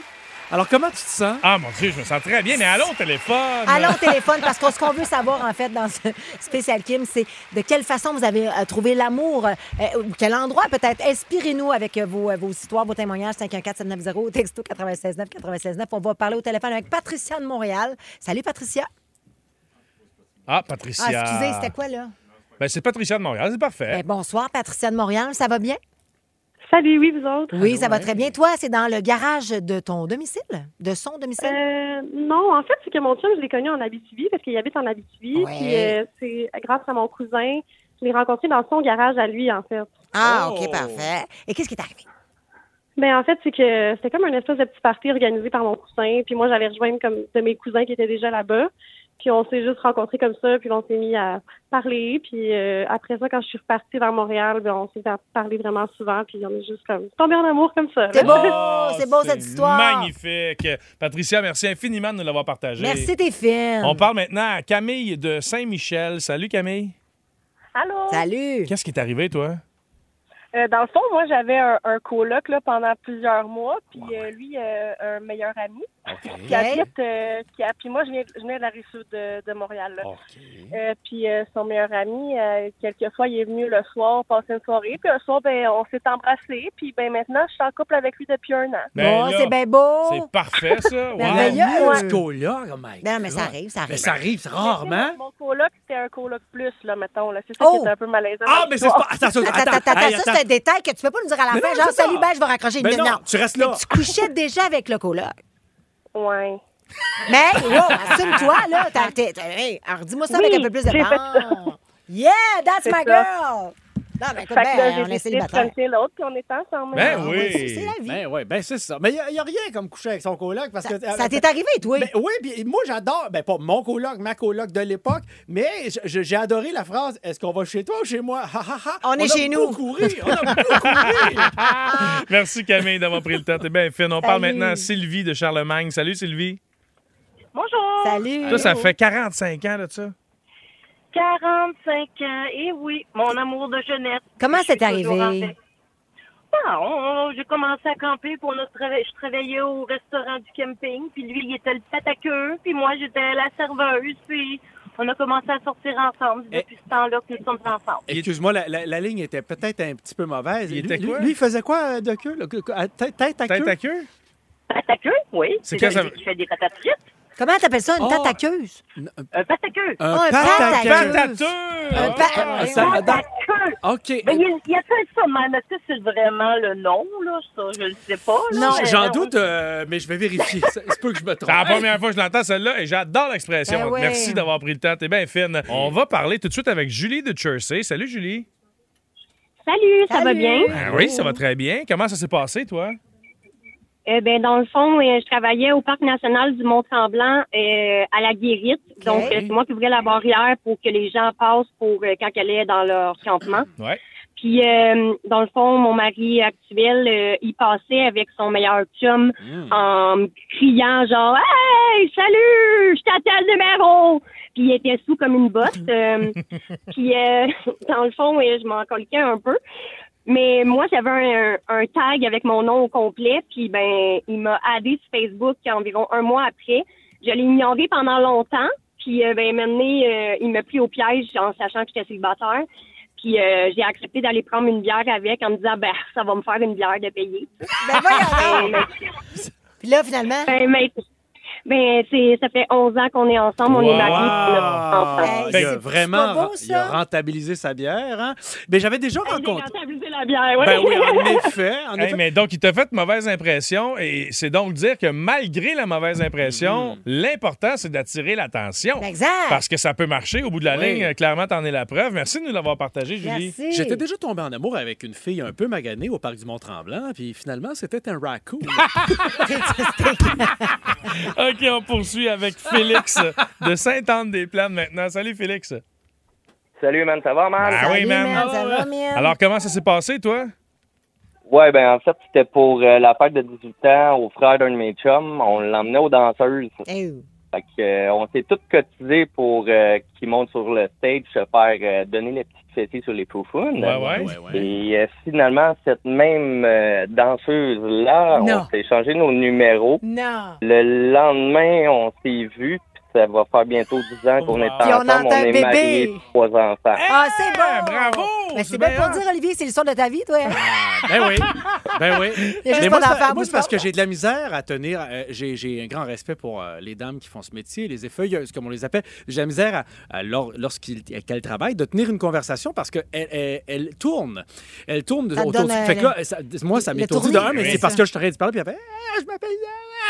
Alors, comment tu te sens? Ah, mon Dieu, je me sens très bien, mais allons au téléphone. Allons au téléphone, parce que ce qu'on veut savoir, en fait, dans ce spécial Kim, c'est de quelle façon vous avez euh, trouvé l'amour, euh, euh, quel endroit peut-être. Inspirez-nous avec euh, vos, euh, vos histoires, vos témoignages, 514-790, au texto 969 969. On va parler au téléphone avec Patricia de Montréal. Salut, Patricia. Ah, Patricia. Ah, excusez, c'était quoi, là? Ben, c'est Patricia de Montréal, c'est parfait. Ben, bonsoir, Patricia de Montréal. Ça va bien? Salut, oui, vous autres? Oui, ça va très bien. Toi, c'est dans le garage de ton domicile, de son domicile? Euh, non, en fait, c'est que mon chum, je l'ai connu en Abitibi parce qu'il habite en Abitibi. Ouais. Puis euh, c'est grâce à mon cousin, je l'ai rencontré dans son garage à lui, en fait. Ah, Oh! Oh! OK, parfait. Et qu'est-ce qui t'est arrivé? Ben en fait, c'est que c'était comme un espèce de petit party organisé par mon cousin. Puis moi, j'avais rejoint comme de mes cousins qui étaient déjà là-bas. Puis on s'est juste rencontrés comme ça. Puis on s'est mis à parler. Puis euh, après ça, quand je suis repartie vers Montréal, ben, on s'est parlé vraiment souvent. Puis on est juste comme tombé en amour comme ça. C'est là. beau, (laughs) c'est beau cette histoire. Ah, Magnifique. Patricia, merci infiniment de nous l'avoir partagé. Merci, t'es fine. On parle maintenant à Camille de Saint-Michel. Salut, Camille. Allô? Salut. Qu'est-ce qui est arrivé, toi? Euh, dans le fond, moi, j'avais un, un coloc là, pendant plusieurs mois, puis euh, lui, euh, un meilleur ami, qui habite... euh, qui a- puis moi, je viens, je viens de la rive sud de, de Montréal. là. Euh, puis euh, son meilleur ami, euh, quelquefois, il est venu le soir passer une soirée, puis un soir, ben, on s'est embrassés, puis ben, maintenant, je suis en couple avec lui depuis un an. (laughs) Ben bon, là, Oh, c'est bien beau. C'est parfait, (laughs) ça. Merveilleux. L'ami du coloc, oh my Ben non, mais ça God. arrive, ça Mais arrive. ça arrive, c'est rarement. Mon coloc, c'était un coloc plus, là, mettons. là. C'est ça Oh! qui était un peu malaisant. Ah, mais c'est pas. Attends, ça, Attends, attends, attends, Hey, ça, c'est un détail que tu peux pas nous dire à la Mais fin. non, Genre, c'est ça. salut, ben, je vais raccrocher. Ben non, tu restes là. Mais Tu couchais déjà avec le coloc. Ouais. Mais, là, assume-toi, là. T'as, t'es- t'es- hey, alors, dis-moi ça Oui, avec un peu plus de j'ai fait ça. temps. Yeah, that's C'est ça. my girl. Non, mais écoute, Fait que là, ben, j'ai on est décidé de célibataire. connaître l'autre, puis on est ensemble. Ah, Ben maintenant. oui. c'est la vie. Ben oui, ben c'est ça. Mais il n'y a, rien comme coucher avec son coloc parce que. euh, Ça t'est arrivé, toi? Ben oui, puis moi j'adore, ben pas mon coloc, ma coloc de l'époque, mais je- je- j'ai adoré la phrase Est-ce qu'on va chez toi ou chez moi? Ha, ha, ha. On est a chez nous. beaucoup ri, on a beaucoup ri. Merci, Camille, d'avoir pris le temps. T'es bien fine. On parle Salut. maintenant à Sylvie de Charlemagne. Salut, Sylvie. Bonjour! Salut. Toi, ça fait 45 ans, là, de ça? 45 ans, et oui, mon amour de jeunesse. Comment Je suis c'est toujours en arrivé? paix. Non, Ah, on- j'ai commencé à camper, pour notre travail. je travaillais au restaurant du camping, puis lui, il était le pâte à queue, puis moi, j'étais la serveuse, puis on a commencé à sortir ensemble. C'est Depuis ce temps-là que nous sommes ensemble. Excuse-moi, la, la- la ligne était peut-être un petit peu mauvaise. était lui, quoi? lui, il faisait quoi euh, de queue? là? Que- que- à- Tête tête à queue? Tête à queue? Pâte à queue, oui. C'est quoi ça- Ah. Je fais des patates frites. Comment t'appelles ça, une Oh. tête à queuse? Un pâte à queue. Oh, Un Un pâte à pâte à queuse. queue. Un Ah, pâte ça- à dans- queue. OK. Ben, il y a- il y a peut-être ça, mais est-ce que c'est vraiment le nom, là? Ça, je le sais pas. Oh là, mais J'en non. doute, euh, mais je vais vérifier. Ça se peut que je me C'est trompe. la première fois que je l'entends, celle-là, et j'adore l'expression. Eh Ben ouais. Merci d'avoir pris le temps. T'es bien fine. On va parler tout de suite avec Julie de Jersey. Salut, Julie. Salut, ça va Salut. bien? Ah oui, ça va très bien. Comment ça s'est passé, toi? Euh, ben, dans le fond, euh, je travaillais au Parc national du Mont-Tremblant euh, à la Guérite. Donc, euh, c'est moi qui ouvrais la barrière pour que les gens passent pour euh, quand elle est dans leur campement. Ouais. Puis, euh, dans le fond, mon mari actuel, euh, il passait avec son meilleur chum en me criant genre « Hey, salut, je t'attends le numéro! » Puis, il était sous comme une bosse. euh, puis, euh, (laughs) dans le fond, euh, je m'en colquais un peu. Mais moi, j'avais un, un tag avec mon nom au complet. Puis, ben, il m'a aidé sur Facebook environ un mois après. Je l'ai ignoré pendant longtemps. Puis, euh, ben, maintenant, euh, il m'a pris au piège en sachant que j'étais célibataire. Puis euh, j'ai accepté d'aller prendre une bière avec en me disant ben (laughs) ça va me faire une bière de payer. Ben (laughs) Puis là finalement ben, mais- ben, c'est ça fait 11 ans qu'on est ensemble, on est mariés. puis on a Wow! enfants. Ah, Il a vraiment il a rentabilisé sa bière. hein? Mais j'avais déjà rencontré. rentabilisé la bière, oui. Ben oui, (laughs) en effet. en Hey, effet. mais donc, il t'a fait mauvaise impression et c'est donc dire que malgré la mauvaise impression, Mm-hmm. l'important, c'est d'attirer l'attention. Exact. Parce que ça peut marcher au bout de la Oui. ligne. euh, Clairement, t'en es la preuve. Merci de nous l'avoir partagé, Julie. J'étais déjà tombé en amour avec une fille un peu maganée au parc du Mont-Tremblant, puis finalement, c'était un raccoon. OK, on poursuit avec Félix de Sainte-Anne-des-Plaines maintenant. Salut, Félix. Salut, man, ça va, man? Ah oui, man. Alors, comment ça s'est passé, toi? Ouais, ben en fait, c'était pour euh, la fête de 18 ans au frère d'un de mes chums. On l'emmenait aux danseuses. Fait que, euh, on s'est tous cotisés pour euh, qu'ils montent sur le stage, se faire euh, donner les petites fessées sur les poufounes. Ouais, ouais. Ouais, ouais. Et euh, finalement, cette même euh, danseuse-là, Non. on s'est échangé nos numéros. Non. Le lendemain, on s'est vus, puis ça va faire bientôt 10 ans qu'on est Puis on ensemble. entend un est bébé. mariés, trois enfants. Ah, Eh, c'est bon! Bravo! Mais c'est bien pour dire, Olivier, c'est le son de ta vie, toi. Ben oui. Ben oui. Il y a juste moi, pas ça- d'enfant, moi, bouge c'est parce pas. que j'ai de la misère à tenir. euh, j'ai, j'ai un grand respect pour euh, les dames qui font ce métier, les effeuilleuses, comme on les appelle. J'ai de la misère, à- à lor- lorsqu'il- qu'elles travaillent, de tenir une conversation parce qu'elles elle, elle tournent. Elles tournent Ça autour donne du- un- Fait que là, ça- moi, ça le m'étourdit tournis. d'un, mais Oui, c'est ça. parce que je suis en train de parler, puis après, je m'appelle.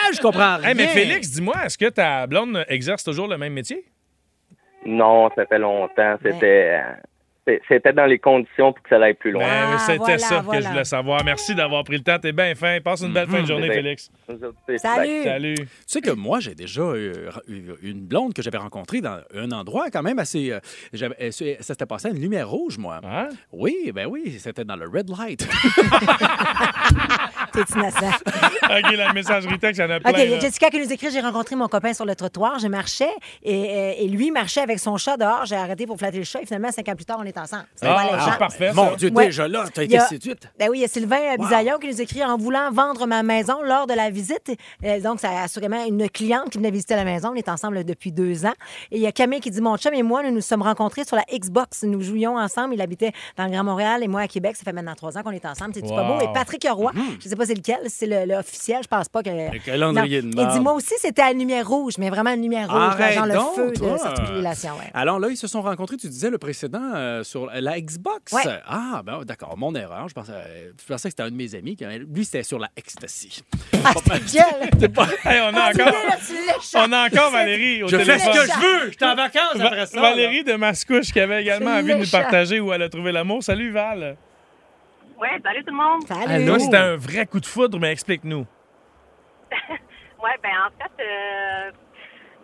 Ah, je comprends rien. Hey, mais Félix, dis-moi, est-ce que ta blonde exerce toujours le même métier? Non, ça fait longtemps. C'était, euh, c'est- c'était dans les conditions pour que ça aille plus loin. Ah, Ben, C'était ça que je voulais savoir. Merci d'avoir pris le temps. T'es bien fin. Passe une belle fin de journée, Ben, Félix. Salut. (laughs) Salut. (laughs) Tu sais que moi, j'ai déjà eu, eu une blonde que j'avais rencontrée dans un endroit quand même assez. euh, j'avais- euh, ça s'était passé à une lumière rouge, moi. Oui, ben oui, c'était dans le red (laughs) light. T'es innocent. OK, la messagerie texte, j'en ai plein. OK, il y là. a Jessica qui nous écrit J'ai rencontré mon copain sur le trottoir, je marchais et, euh, et lui marchait avec son chat dehors. J'ai arrêté pour flatter le chat et finalement, cinq ans plus tard, on est ensemble. C'est Ah, pas les gens. ah, parfait, Mon ça. Dieu, déjà là, t'as été Il y a- séduite. Ben oui, il y a Sylvain euh, Bisaillon qui nous écrit En voulant vendre ma maison lors de la visite. euh, donc, c'est assurément une cliente qui venait visiter la maison. On est ensemble depuis deux ans. Et il y a Camille qui dit Mon chum et moi, nous nous sommes rencontrés sur la Xbox. Nous jouions ensemble. Il habitait dans le Grand Montréal et moi à Québec. Ça fait maintenant trois ans qu'on est ensemble. C'est-tu pas beau? Wow. Mm-hmm. Et Patrick Roy, je sais pas c'est lequel, c'est le, le officiel. Je pense pas que. Le calendrier Non. de Et marde. dis-moi aussi, c'était à une lumière rouge, mais vraiment une lumière rouge, là, Arrête genre le donc, feu toi. de cette relation. ouais. Alors là, ils se sont rencontrés, tu disais, le précédent euh, sur la Xbox. Ouais. Ah, ben d'accord, mon erreur. Je pensais, euh, je pensais que c'était un de mes amis. qui- Lui, c'était sur la ecstasy. Ah, (laughs) Hey, on a encore. On a encore Valérie au Je fais téléphone. ce que je veux. Je suis en vacances Va- après ça. Valérie de Mascouche qui avait également C'est envie de nous méchant. partager où elle a trouvé l'amour. Salut Val. Ouais, salut tout le monde. Toi, c'était Ah, un vrai coup de foudre, mais explique-nous. Oh, (laughs) Ouais, ben en fait, euh,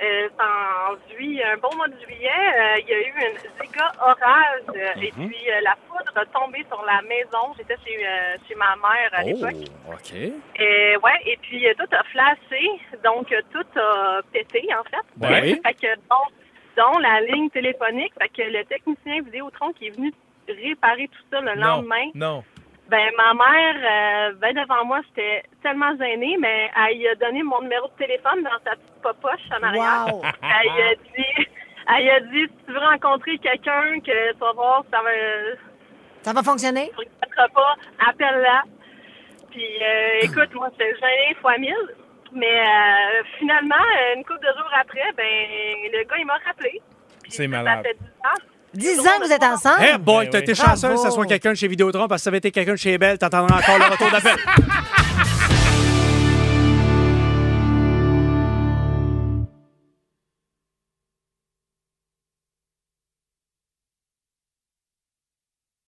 euh, c'est en juillet, un bon mois de juillet, euh, il y a eu un giga orage euh, et Mhm. puis euh, la foudre a tombé sur la maison. J'étais chez, euh, chez ma mère à l'époque. Oh, OK. Et ouais, et puis euh, tout a flashé, donc euh, tout a pété en fait. Ben oui. Fait que dont, dont la ligne téléphonique, fait que le technicien Vidéotron qui est venu réparer tout ça le Non, lendemain. Non. Ben, ma mère, euh, ben devant moi, j'étais tellement gênée, mais elle y a donné mon numéro de téléphone dans sa petite popoche en arrière. Wow. Elle y a dit, (laughs) elle y a dit, si tu veux rencontrer quelqu'un que tu vas voir, ça va, Ça va fonctionner? tu regretteras pas, appelle-la. Puis, euh, écoute, moi, j'étais gênée fois mille. Mais euh, finalement, une couple de jours après, ben, le gars, il m'a rappelé. C'est Ça malade. fait 10 ans. 10 ans que vous êtes ensemble? Eh boy, t'as été chanceux que Bravo. ce soit quelqu'un de chez Vidéotron parce que ça avait été quelqu'un de chez Belle, t'entendras encore le retour d'appel.